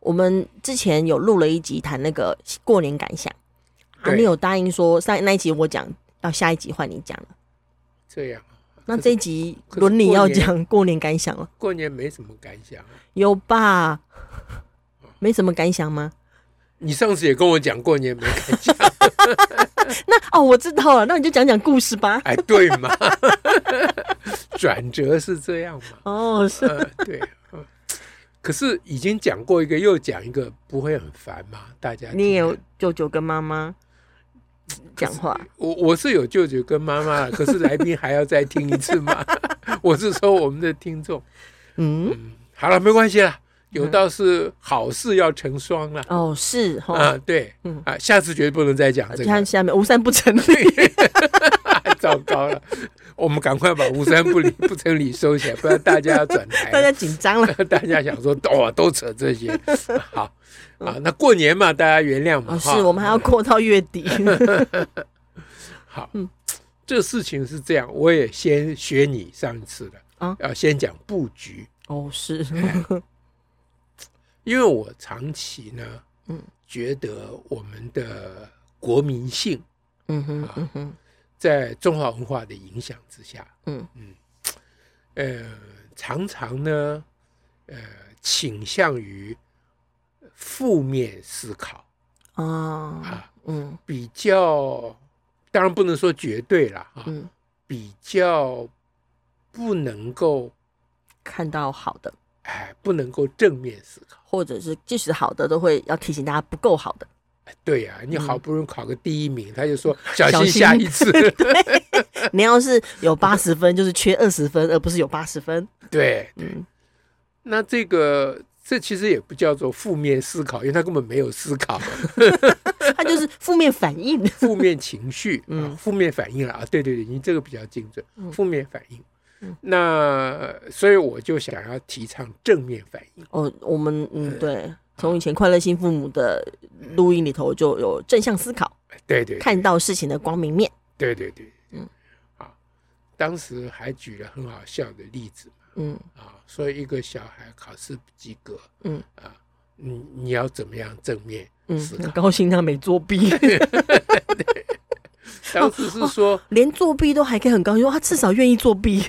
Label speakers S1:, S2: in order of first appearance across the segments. S1: 我们之前有录了一集谈那个过年感想，啊，
S2: 对
S1: 你有答应说上那一集我讲，要下一集换你讲了。
S2: 这样
S1: 那
S2: 可是
S1: 这一集
S2: 可是
S1: 轮你
S2: 过
S1: 要
S2: 年
S1: 讲过年感想了，
S2: 过年没什么感想啊。
S1: 有吧？没什么感想吗？
S2: 你上次也跟我讲过年没感 想，
S1: 那哦，我知道了，那你就讲讲故事吧。
S2: 哎，对嘛？ 转折是这样嘛？
S1: 哦，是
S2: 呃，对。嗯可是已经讲过一个，又讲一个，不会很烦吗？大家
S1: 你也
S2: 听
S1: 有舅舅跟妈妈讲话，
S2: 我我是有舅舅跟妈妈了，可是来宾还要再听一 次吗？我是说我们的听众，
S1: 嗯，
S2: 好了，没关系啦，有道是好事要成双啦。
S1: 哦，是哈，
S2: 啊，对
S1: 嗯，
S2: 啊，下次绝对不能再讲这
S1: 看
S2: 个，
S1: 下面无三不成立，
S2: 太 糟糕了。我们赶快把无三不理不成理收起来，不然大家要转台
S1: 大
S2: 了。
S1: 家紧张了。
S2: 大家想说，哦，都扯这 些，好啊。那过年嘛，大家原谅嘛。
S1: 嗯哦，是
S2: 哈
S1: 我们还要过到月底。
S2: 好，
S1: 嗯
S2: 这事情是这样，我也先学你上一次的
S1: 啊
S2: 要先讲布局，
S1: 哦，是，
S2: 因为我长期呢，
S1: 嗯
S2: 觉得我们的国民性
S1: 嗯哼，嗯哼，
S2: 在中华文化的影响之下，
S1: 嗯
S2: 嗯，呃，常常呢，呃，倾向于负面思考
S1: 哦，
S2: 啊，
S1: 嗯
S2: 比较，当然不能说绝对啦，啊，
S1: 嗯，
S2: 比较不能够，
S1: 看到好的，
S2: 哎，不能够正面思考。
S1: 或者是即使好的，都会要提醒大家不够好的。
S2: 对呀、你好不容易考个第一名，他就说小
S1: 嗯小
S2: 心
S1: 心
S2: 下一次。
S1: 你要是有八十分，就是缺二十分，而不是有八十分。
S2: 对，
S1: 嗯，
S2: 那这个这其实也不叫做负面思考，因为他根本没有思 考，
S1: 它就是负面反应。
S2: 负面情绪，
S1: 嗯
S2: 啊，负面反应了啊。对对对，你这个比较精准，
S1: 嗯
S2: 负面反应。
S1: 嗯
S2: 那所以我就想要提倡正面反应，
S1: 哦，我们嗯，对，从以前《快乐新父母》的录音里头就有正向思考，
S2: 对对
S1: 看到事情的光明面。
S2: 对对对，
S1: 嗯，
S2: 啊，当时还举了很好笑的例子
S1: 嗯
S2: 啊，说一个小孩考试不及格，
S1: 嗯
S2: 啊，你你要怎么样正面
S1: 嗯，
S2: 思
S1: 很
S2: 考？
S1: 高兴他没作 弊，
S2: 当时是说，
S1: 连作弊都还可以很高兴，哇他至少愿意作 弊。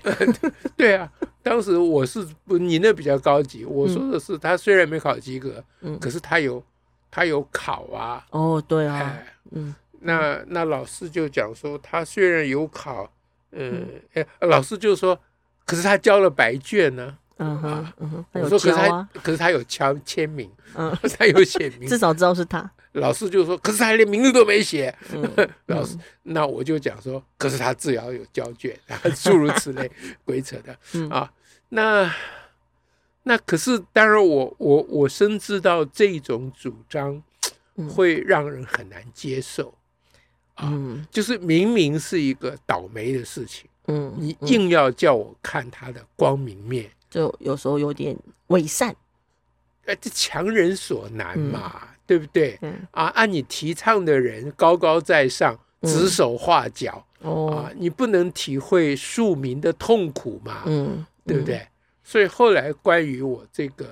S2: 对啊，当时我是不，你那比较高级。我说的是，他虽然没考及格，
S1: 嗯
S2: 可是他有他有考啊。
S1: 哦，对啊，
S2: 哎，
S1: 嗯
S2: 那那老师就讲说，他虽然有考，嗯，哎，老师就说，可是他交了白卷呢、
S1: 嗯哼嗯哼，他
S2: 啊
S1: 有
S2: 我说，可是
S1: 教
S2: 他、
S1: 啊，
S2: 可是他有签签名，
S1: 嗯，
S2: 他有写 名
S1: 至。少知道是他。
S2: 老师就说，可是他连名字都没写。
S1: 嗯
S2: 老师，那我就讲说，可是他自要有交卷， 啊，诸如 此类鬼扯的
S1: 嗯
S2: 啊。那那可是，当然我我我深知到这种主张
S1: 嗯
S2: 会让人很难接受，啊
S1: 嗯
S2: 就是明明是一个倒霉的事情，
S1: 嗯，
S2: 你
S1: 嗯
S2: 硬要叫我看他的光明面，
S1: 就有时候有点伪善。
S2: 呃，这强人所难嘛，对不对？
S1: 嗯
S2: 啊，按你提倡的人高高在上，指手画脚。
S1: 哦，
S2: 啊，你不能体会庶民的痛苦嘛，
S1: 嗯，
S2: 对不
S1: 嗯？
S2: 对？所以后来关于我这个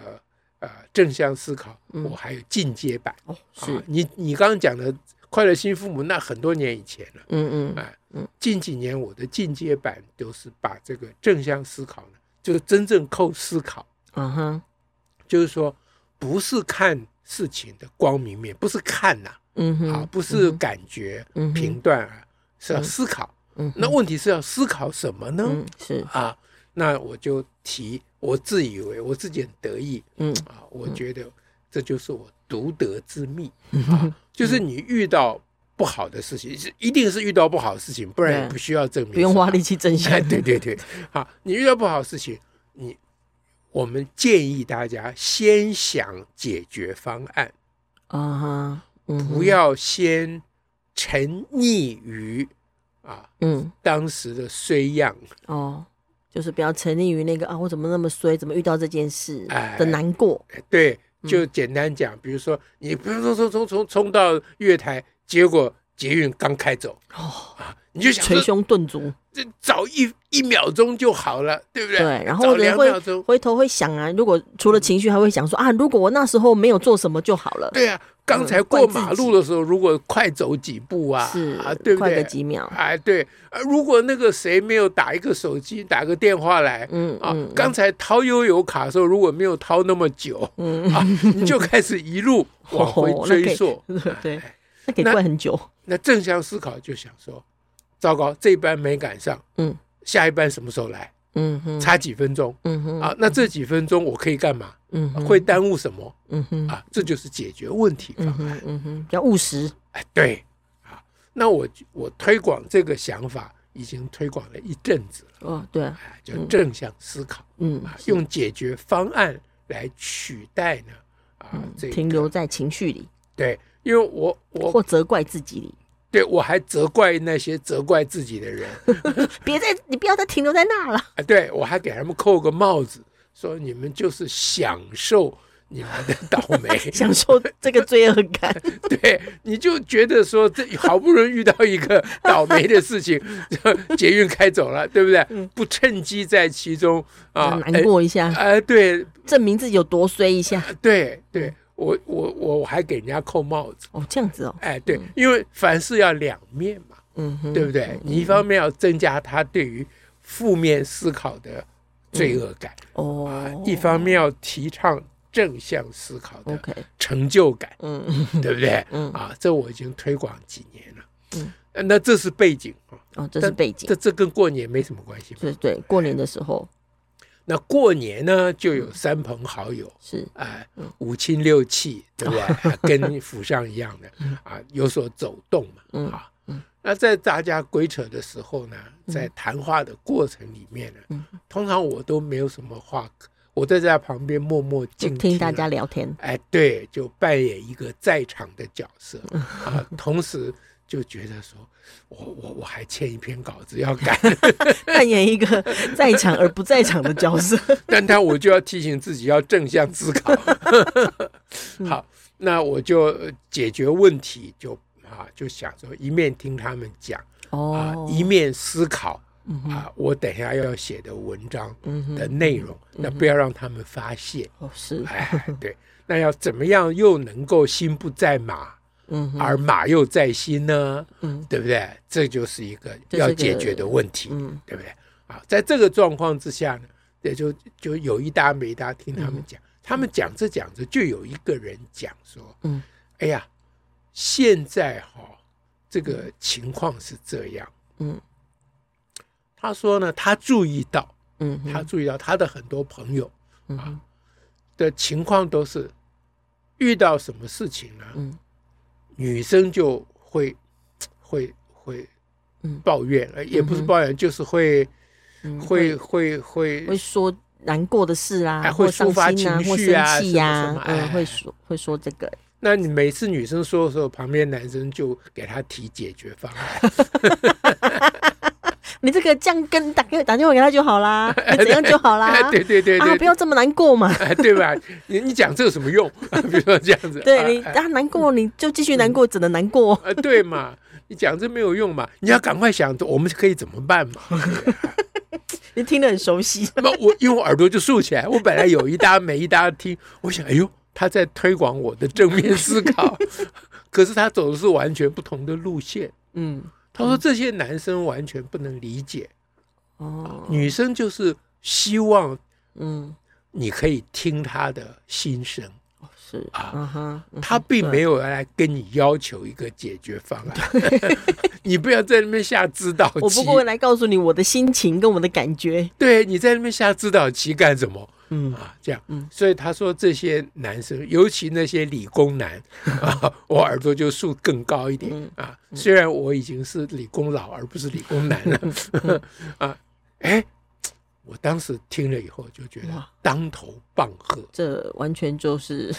S2: 呃正向思考，
S1: 嗯
S2: 我还有进阶版。
S1: 哦，
S2: 啊
S1: 是，，
S2: 你你刚刚讲的《快乐新父母》，那很多年以前了。
S1: 嗯嗯
S2: 哎，近几年我的进阶版都是把这个正向思考呢，就是真正扣思考，
S1: 啊哈，
S2: 就是说不是看事情的光明面，不是看呐、
S1: 嗯哼，
S2: 啊，不是感觉、
S1: 嗯哼
S2: 评断啊，是要
S1: 嗯
S2: 思考。
S1: 嗯哼，
S2: 那问题是要思考什么呢？
S1: 嗯是，
S2: 啊，那我就提，我自以为我自己很得意
S1: 嗯
S2: 啊，我觉得这就是我独得之秘啊，就是你遇到不好的事情，是一定是遇到不好的事情，不然
S1: 对
S2: 也不需要证
S1: 嗯
S2: 明，
S1: 不用花力。气争
S2: 哎，
S1: 相。
S2: 对对对，好，你遇到不好的事情，你我们建议大家先想解决方案
S1: 啊哈，嗯哼
S2: 不要先沉溺于啊
S1: 嗯
S2: 当时的衰样，
S1: 哦，就是不要沉溺于那个啊，我怎么那么衰，怎么遇到这件事
S2: 哎
S1: 的难过，
S2: 对，就
S1: 嗯
S2: 简单讲，比如说你不冲冲冲冲冲冲到月台，结果捷运刚开走
S1: 哦，
S2: 啊，你就想
S1: 捶
S2: 说
S1: 胸顿足。
S2: 这早一一秒钟就好了，对不对？
S1: 对，然后
S2: 早
S1: 人
S2: 两秒
S1: 会
S2: 钟，
S1: 回头会想啊，如果除了情绪，还会想说啊，如果我那时候没有做什么就好了。
S2: 对啊，刚才
S1: 怪
S2: 过
S1: 嗯自
S2: 马
S1: 己
S2: 路的时候，如果快走几步啊，
S1: 是
S2: 啊，对不
S1: 快个
S2: 对？
S1: 几秒，
S2: 哎，对，啊如果那个谁没有打一个手机，打个电话来，
S1: 嗯
S2: 啊
S1: 嗯，
S2: 刚才掏悠游卡的时候，如果没有掏那么久，
S1: 嗯，
S2: 啊，你就开始一路往回
S1: 哦那可
S2: 追
S1: 以
S2: 溯。
S1: 对，那可以
S2: 那
S1: 怪很久，
S2: 那正向思考就想说，糟糕，这一班没赶上，
S1: 嗯，
S2: 下一班什么时候来？
S1: 嗯哼，
S2: 差几分钟
S1: 嗯哼，
S2: 啊？那这几分钟我可以干嘛？啊
S1: 嗯哼，
S2: 会，耽误什么
S1: 嗯哼，
S2: 啊？这就是解决问题方
S1: 嗯哼
S2: 案，。
S1: 嗯哼，比较务实，
S2: 哎，对啊，那我我推广这个想法已经推广了一阵子了，
S1: 哦，对啊，
S2: 哎，叫正向思考
S1: 嗯，
S2: 啊，
S1: 是
S2: 用解决方案来取代呢啊
S1: 嗯，
S2: 这个
S1: 停留在情绪里
S2: 对，因为我我
S1: 或责怪自己里，
S2: 对我还责怪那些责怪自己的人
S1: 别再你不要再停留在那 了，
S2: 啊，对我还给他们扣个帽子，说你们就是享受你们的倒霉，
S1: 享受这个罪恶感，
S2: 对，你就觉得说这好不容易遇到一个倒霉的事情， 就捷运开走了，对不对？不趁机在其中 啊，
S1: 嗯难过一下，
S2: 哎、哎对
S1: 证明自己有多衰一下，
S2: 对
S1: 嗯
S2: 对，我我我还给人家扣帽子，
S1: 哦，这样子哦，
S2: 哎，对，因为凡事要两面嘛。
S1: 嗯哼，
S2: 对不对？你一方面要增加他对于负面思考的罪恶感，啊
S1: 哦，
S2: 一方面要提倡正向思考的
S1: ，OK，
S2: 成就感，
S1: 嗯，
S2: 对不对？
S1: 嗯
S2: 啊，这我已经推广几年了。
S1: 嗯
S2: 呃，那这是背景啊，
S1: 哦，这是背景
S2: 这，这跟过年没什么关系嘛。
S1: 对对，过年的时候
S2: 那过年呢，就有三朋好友。
S1: 是，
S2: 啊，
S1: 嗯
S2: 五亲六戚，对不对？啊跟府上一样 的
S1: 嗯
S2: 啊，有所走动嘛，啊，那在大家鬼扯的时候呢，在
S1: 嗯
S2: 谈话的过程里面呢，通常我都没有什么话可，我都在旁边默默
S1: 就
S2: 静
S1: 听
S2: 啊
S1: 大家聊天，
S2: 哎，对，就扮演一个在场的角色
S1: 嗯
S2: 啊，同时就觉得说，我我我还欠一篇稿子 要改，
S1: 扮演一个在场而不在场的角色，
S2: 但他我就要提醒自己要正向思考。
S1: 嗯
S2: 好，那我就呃解决问题就啊，就想说一面听他们讲 啊，
S1: 哦，
S2: 一面思考
S1: 嗯哼
S2: 啊，我等一下要写的文章
S1: 嗯哼嗯
S2: 的内容，那不要让他们发泄。
S1: 哦是，
S2: 哎，对，那要怎么样又能够心不在马，
S1: 嗯哼，
S2: 而马又在心呢？
S1: 嗯
S2: 对不对？这就是一个
S1: 这是
S2: 要
S1: 个
S2: 解决的问题。
S1: 嗯
S2: 对不对？啊，在这个状况之下呢，也就就有一搭没一搭听
S1: 嗯
S2: 他们讲，他们讲着讲着，就有一个人讲说，
S1: 嗯，
S2: 哎呀，现在哈、这个情况是这样，
S1: 嗯，
S2: 他说呢，他注意到，
S1: 嗯哼
S2: 他注意到他的很多朋友
S1: 嗯哼
S2: 的情况都是遇到什么事情呢，
S1: 嗯
S2: 女生就会会会
S1: 嗯
S2: 抱怨，呃也不
S1: 嗯
S2: 是
S1: 哼
S2: 抱怨，就是会。
S1: 嗯
S2: 会会会
S1: 会说难过的事啊，
S2: 哎会
S1: 或伤
S2: 抒发
S1: 心啊，
S2: 情
S1: 或
S2: 绪
S1: 生
S2: 啊
S1: 气
S2: 什么
S1: 呀
S2: 什么，哎
S1: 嗯，会说会说这个，
S2: 那你每次女生说的时候，旁边男生就给她提解决方案。
S1: 你这个这样跟打给打电话给他就好啦，你怎样就好啦，
S2: 哎 对对对
S1: 啊，
S2: 对
S1: 不
S2: 对，
S1: 要这么难过嘛，
S2: 哎对吧？ 你你讲这有什么用？ 比如说这样子，
S1: 对你
S2: 啊嗯
S1: 啊难过你就继续难过，只能难过，
S2: 啊对嘛，你讲这没有用嘛，你要赶快想我们可以怎么办嘛。
S1: 你听得很熟悉，
S2: 那么我因为我耳朵就竖起来，我本来有一搭没一搭听，我想哎呦，他在推广我的正面思 考，可是他走的是完全不同的路线。
S1: 嗯，
S2: 他说这些男生完全不能理解，
S1: 哦，
S2: 女生就是希望
S1: 嗯，
S2: 你可以听他的心声，
S1: 是
S2: 啊
S1: 嗯哼，嗯
S2: 他并没有来跟你要求一个解决方案， 你不要在那边下指导
S1: 我
S2: 棋
S1: 不。过来告诉你我的心情跟我的感觉，
S2: 对，你在那边下指导棋干什么
S1: 嗯，
S2: 啊？这样
S1: 嗯，
S2: 所以他说这些男生，尤其那些理 工男啊，我耳朵就竖更高一点
S1: 嗯
S2: 啊。虽然我已经是理工佬而不是理工男
S1: 嗯
S2: 了 啊，哎，我当时听了以后就觉得
S1: 哇
S2: 当头棒喝，
S1: 这完全就是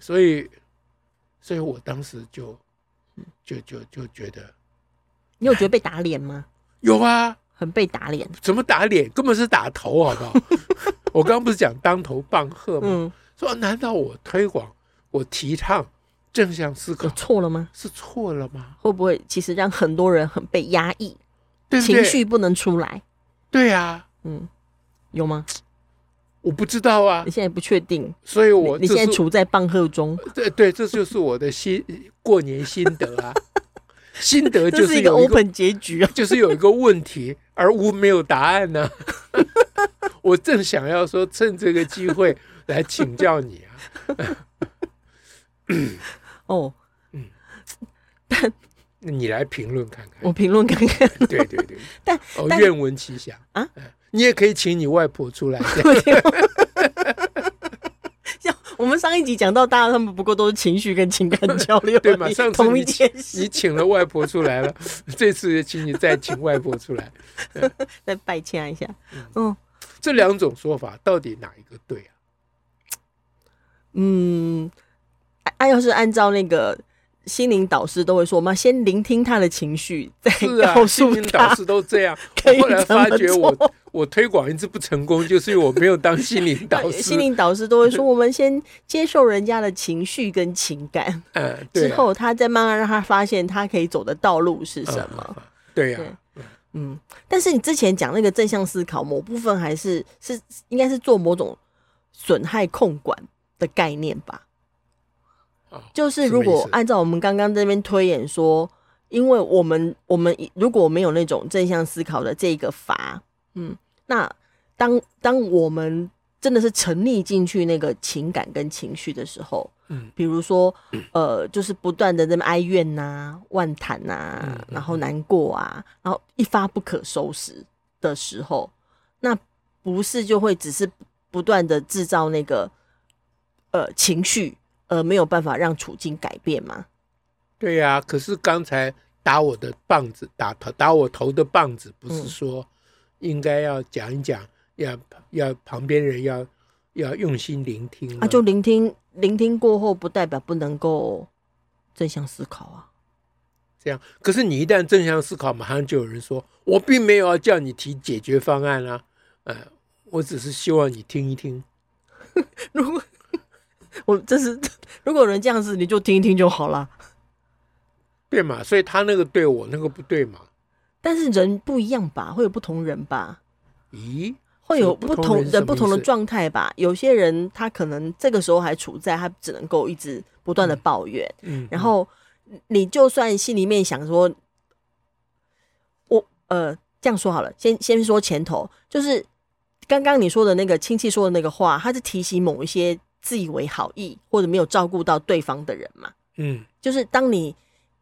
S2: 所以，所以我当时就
S1: 嗯
S2: 就就就觉得
S1: 你有觉得被打脸吗？
S2: 有啊，
S1: 很被打脸。
S2: 怎么打脸？根本是打头，好 不好？我刚刚不是讲当头棒喝吗？
S1: 嗯，
S2: 说难道我推广、我提倡正向思
S1: 有
S2: 考
S1: 错了吗？
S2: 是错了吗？
S1: 会不会其实让很多人很被压抑，
S2: 对不
S1: 情
S2: 对？
S1: 绪不能出来？
S2: 嗯对啊，
S1: 嗯，有吗？
S2: 我不知道啊
S1: 你，现在不确定，
S2: 所以
S1: 你
S2: 我
S1: 你
S2: 这
S1: 现在
S2: 是
S1: 处在棒喝中，
S2: 对对，这就是我的心过年心得 啊，心得
S1: 这
S2: 就是是
S1: 一个
S2: 有一个
S1: open 结局啊。
S2: 就是有一个问题，而无没有答案呢、 我正想要说，趁这个机会来请教你啊。
S1: 哦，
S2: 那你来评论看看
S1: 我，评论看看，
S2: 对对对，
S1: 但
S2: 哦，
S1: 但
S2: 愿闻其详
S1: 啊！
S2: 哎你也可以请你外婆 出来，
S1: 像我们上一集讲到，大家他们不过都是情绪跟情感交流而已，
S2: 对嘛上次
S1: 同一
S2: 你
S1: 件事
S2: 你，请了外婆出来了， 这次也请你再请外婆出来。
S1: 再拜掐一下。
S2: 嗯
S1: 哦
S2: 这两种说法到底哪一个对啊？
S1: 嗯，啊啊，要是按照那个心灵导师都会说，我们要先聆听他的情绪，再
S2: 是
S1: 告
S2: 啊，心
S1: 诉
S2: 灵导
S1: 他
S2: 师都这样。
S1: 可
S2: 我
S1: 以
S2: 后来
S1: 怎么
S2: 发觉
S1: 做
S2: 我我推广一直不成功，就是因为我没有当心灵导 师。
S1: 心灵导师都会说，我们先接受人家的情绪跟情感，
S2: 嗯， 对啊
S1: 之后他再慢慢让他发现他可以走的道路是什么。？
S2: 嗯对呀、
S1: 对嗯，但是你之前讲那个正向思考，某部分还是是应该是做某种损害控管的概念吧？
S2: 哦
S1: 就是如
S2: 什么意
S1: 果
S2: 思
S1: 按照我们刚刚这边推演说，因为我们我们如果没有那种正向思考的这个法，嗯，那当当我们真的是沉溺进去那个情感跟情绪的时候，
S2: 嗯，
S1: 比如说呃，就是不断的这么哀怨呐、万叹呐、
S2: 嗯嗯
S1: 然后难过啊，然后一发不可收拾的时候，那不是就会只是不断的制造那个呃情绪，而没有办法让处境改变吗？
S2: 对呀、可是刚才打我的棒子，打头打我头的棒子，不是说应该要讲一讲，要要旁边人要要用心聆听吗
S1: 啊，就聆听聆听过后，不代表不能够正向思考啊。
S2: 这样。可是你一旦正向思考，马上就有人说，我并没有要叫你提解决方案啊，呃，我只是希望你听一听。
S1: 如果我这是 如果有人这样子，你就听一听就好啦。
S2: 对嘛？所以他那个对我那个不对嘛？
S1: 但是人不一样吧，会有不同人吧。
S2: 咦，
S1: 会有
S2: 这个
S1: 不
S2: 不同
S1: 同
S2: 人是什
S1: 的
S2: 么
S1: 不同的
S2: 意思
S1: 状态吧。有些人他可能这个时候还处在他只能够一直不断的抱怨，
S2: 嗯，
S1: 然后你就算心里面想说，我呃这样说好了，先先说前头，就是刚刚你说的那个亲戚说的那个话，他是提醒某一些自以为好意或者没有照顾到对方的人嘛。
S2: 嗯
S1: 就是当你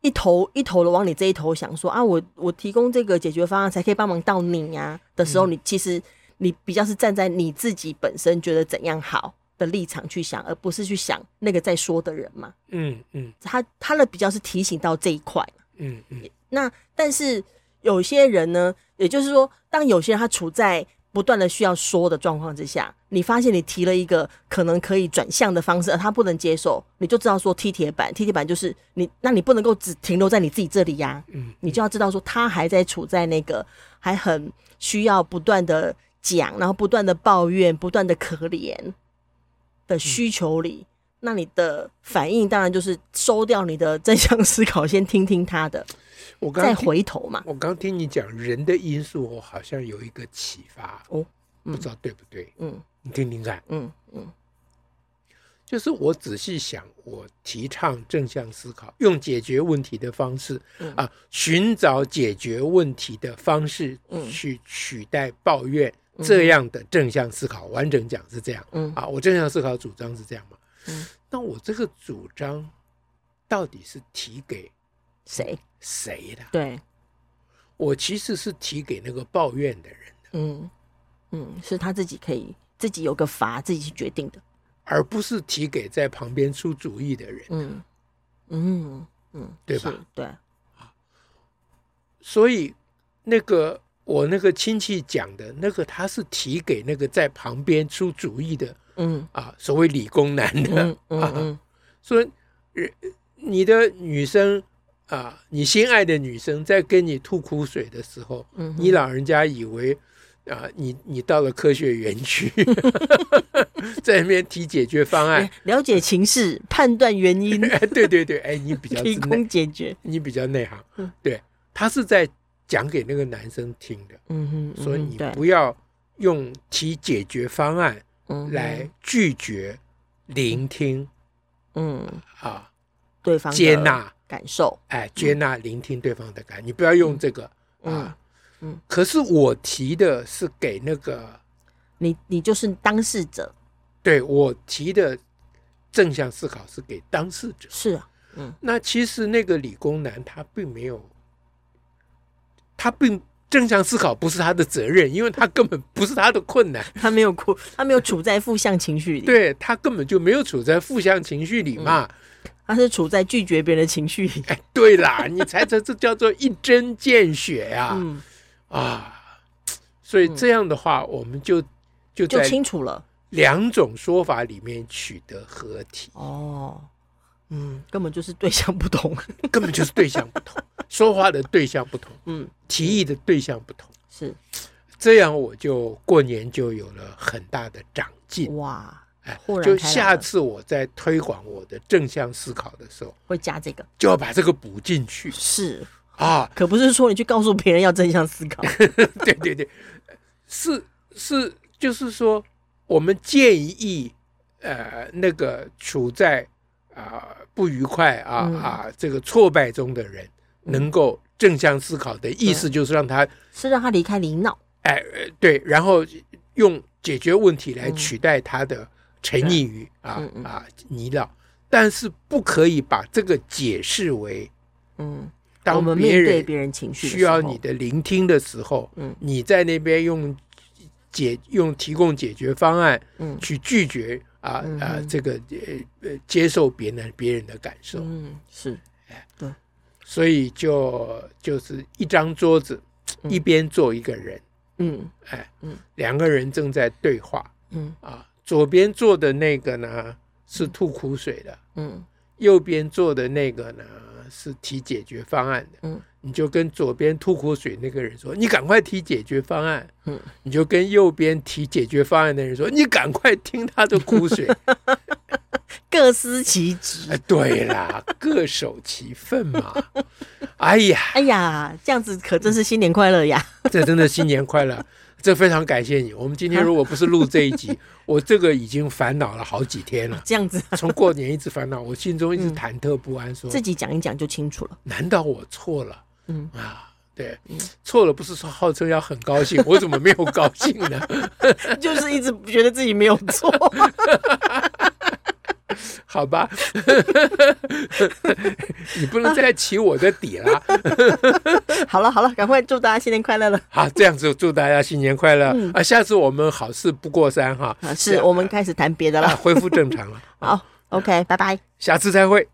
S1: 一头一头的往你这一头想说啊，我我提供这个解决方案才可以帮忙到你呀、的时候，你其实你比较是站在你自己本身觉得怎样好的立场去想，而不是去想那个在说的人嘛。
S2: 嗯嗯
S1: 他他的比较是提醒到这一块。
S2: 嗯嗯
S1: 那但是有些人呢，也就是说，当有些人他处在不断的需要说的状况之下，你发现你提了一个可能可以转向的方式，而他不能接受，你就知道说踢铁板，踢铁板就是你，那你不能够只停留在你自己这里呀、
S2: 嗯，
S1: 你就要知道说他还在处在那个还很需要不断的讲，然后不断的抱怨，不断的可怜
S2: 嗯
S1: 的需求里。那你的反应当然就是收掉你的正向思考，先听听他的，
S2: 我刚
S1: 再
S2: 刚
S1: 回头嘛。
S2: 我刚听你讲人的因素，我好像有一个启发
S1: 哦嗯
S2: 不知道对不对？
S1: 嗯
S2: 你听听看，
S1: 嗯嗯
S2: 就是我仔细想，我提倡正向思考，用解决问题的方式
S1: 嗯
S2: 啊，寻找解决问题的方式
S1: 嗯
S2: 去取代抱怨，
S1: 嗯
S2: 这样的正向思考，完整讲是这样
S1: 嗯
S2: 啊。我正向思考主张是这样嘛
S1: 嗯？
S2: 那我这个主张到底是提给
S1: 谁？
S2: 谁的？
S1: 对，
S2: 我其实是提给那个抱怨的人。
S1: 嗯嗯，是他自己可以自己有个法，自己去决定的。
S2: 而不是提给在旁边出主意的人。
S1: 嗯嗯嗯，
S2: 对吧
S1: 是？对，
S2: 所以，那个我那个亲戚讲的那个，他是提给那个在旁边出主意的
S1: 嗯
S2: 啊，所谓理工男的、
S1: 嗯嗯
S2: 啊
S1: 嗯
S2: 说人你的女生啊，你心爱的女生在跟你吐苦水的时候，
S1: 嗯哼
S2: 你老人家以为啊，你你到了科学园区， 在那边提解决方案
S1: 哎。了解情势，判断原因，
S2: 哎， 对对对，哎，你比较
S1: 提
S2: 知内
S1: 供解决。
S2: 你比较内行
S1: 嗯，
S2: 对他是在讲给那个男生听的，
S1: 嗯哼，嗯哼
S2: 所以你
S1: 对
S2: 不要用提解决方案
S1: 嗯哼
S2: 来拒绝聆听
S1: 嗯
S2: 啊，
S1: 对方的
S2: 接纳，
S1: 感受，
S2: 哎，接纳聆听对方的感，你不要用这个
S1: 嗯
S2: 啊
S1: 嗯嗯。
S2: 可是我提的是给那个，
S1: 你你就是当事者，
S2: 对我提的正向思考是给当事者。
S1: 是啊，
S2: 那其实那个理工男他并没有，他并正向思考不是他的责任，因为他根本不是他的困难，
S1: 他没有哭，他没有处在负向情绪里，，
S2: 对他根本就没有处在负向情绪里
S1: 嗯
S2: 嘛。
S1: 他是处在拒绝别人的情绪里，
S2: 哎，对啦，你才这这叫做一针见血呀、啊！
S1: 嗯，
S2: 所以这样的话，我们就就
S1: 就
S2: 在
S1: 清楚了，
S2: 两种说法里面取得合体，
S1: 哦， 嗯，根本就是对象不同，
S2: 根本就是对象不同， 说话的对象不同，
S1: 嗯，
S2: 提议的对象不同。
S1: 是，
S2: 这样我就过年就有了很大的长进，
S1: 哇，
S2: 哎
S1: 豁，哦然
S2: 就
S1: 开朗
S2: 下
S1: 了
S2: 次我在推广我的正向思考的时候，
S1: 会加这个，
S2: 就要把这个补进去
S1: 是，
S2: 啊！
S1: 可不是说你去告诉别人要正向思 考，
S2: 对对对，是是，就是说我们建议呃那个处在啊、不愉快啊、
S1: 嗯
S2: 啊这个挫败中的人，能够正向思考的意思就是让他
S1: 是让他离开离闹，
S2: 哎、呃对，然后用解决问题来取代他的沉溺于、
S1: 嗯嗯
S2: 啊啊泥淖，但是不可以把这个解释为
S1: 嗯，我
S2: 当
S1: 们
S2: 别
S1: 面对
S2: 人
S1: 别人情绪的
S2: 需要
S1: 时候
S2: 你，的聆听的时候，
S1: 嗯
S2: 你在那边用解用提供解决方案
S1: 嗯
S2: 去拒绝啊
S1: 嗯
S2: 啊
S1: 哼
S2: 这个呃呃接受别人别人的感受，
S1: 嗯，是，
S2: 所以就就是一张桌子
S1: 嗯
S2: 一边坐一个人，
S1: 嗯
S2: 哎
S1: 嗯，
S2: 两个人正在对话，
S1: 嗯
S2: 啊，左边坐的那个呢是吐苦水的，
S1: 嗯
S2: 右边坐的那个呢是提解决方案的。
S1: 嗯，
S2: 你就跟左边吐苦水那个人说：“你赶快提解决方案。”
S1: 嗯，
S2: 你就跟右边提解决方案的人说：“你赶快听他的 苦水。，
S1: 各司其职。
S2: 哎对啦，各守其分嘛。 哎呀，
S1: 哎呀，这样子可真是新年快乐呀！
S2: 这真的新年快乐。这非常感谢你。我们今天如果不是录这一 集，我这个已经烦恼了好几天了。
S1: 这样子
S2: 从过年一直烦恼，我心中一直忐忑不安， 说
S1: 自己讲一讲就清楚了。
S2: 难道我错了？
S1: 嗯
S2: 啊，对，错了不是说号称要很高兴， 我怎么没有高兴呢？
S1: 就是一直觉得自己没有 错，
S2: 好吧， 你不能再起我的底了。
S1: 好了好了，赶快祝大家新年快乐了！
S2: 好，啊这样子祝大家新年快乐、啊！下次我们好事不过三哈，
S1: 啊，
S2: 这
S1: 嗯是
S2: 样
S1: 我们开始谈别的
S2: 啊
S1: 了。
S2: 恢复正常了，
S1: 好，OK，拜拜。
S2: 下次再会。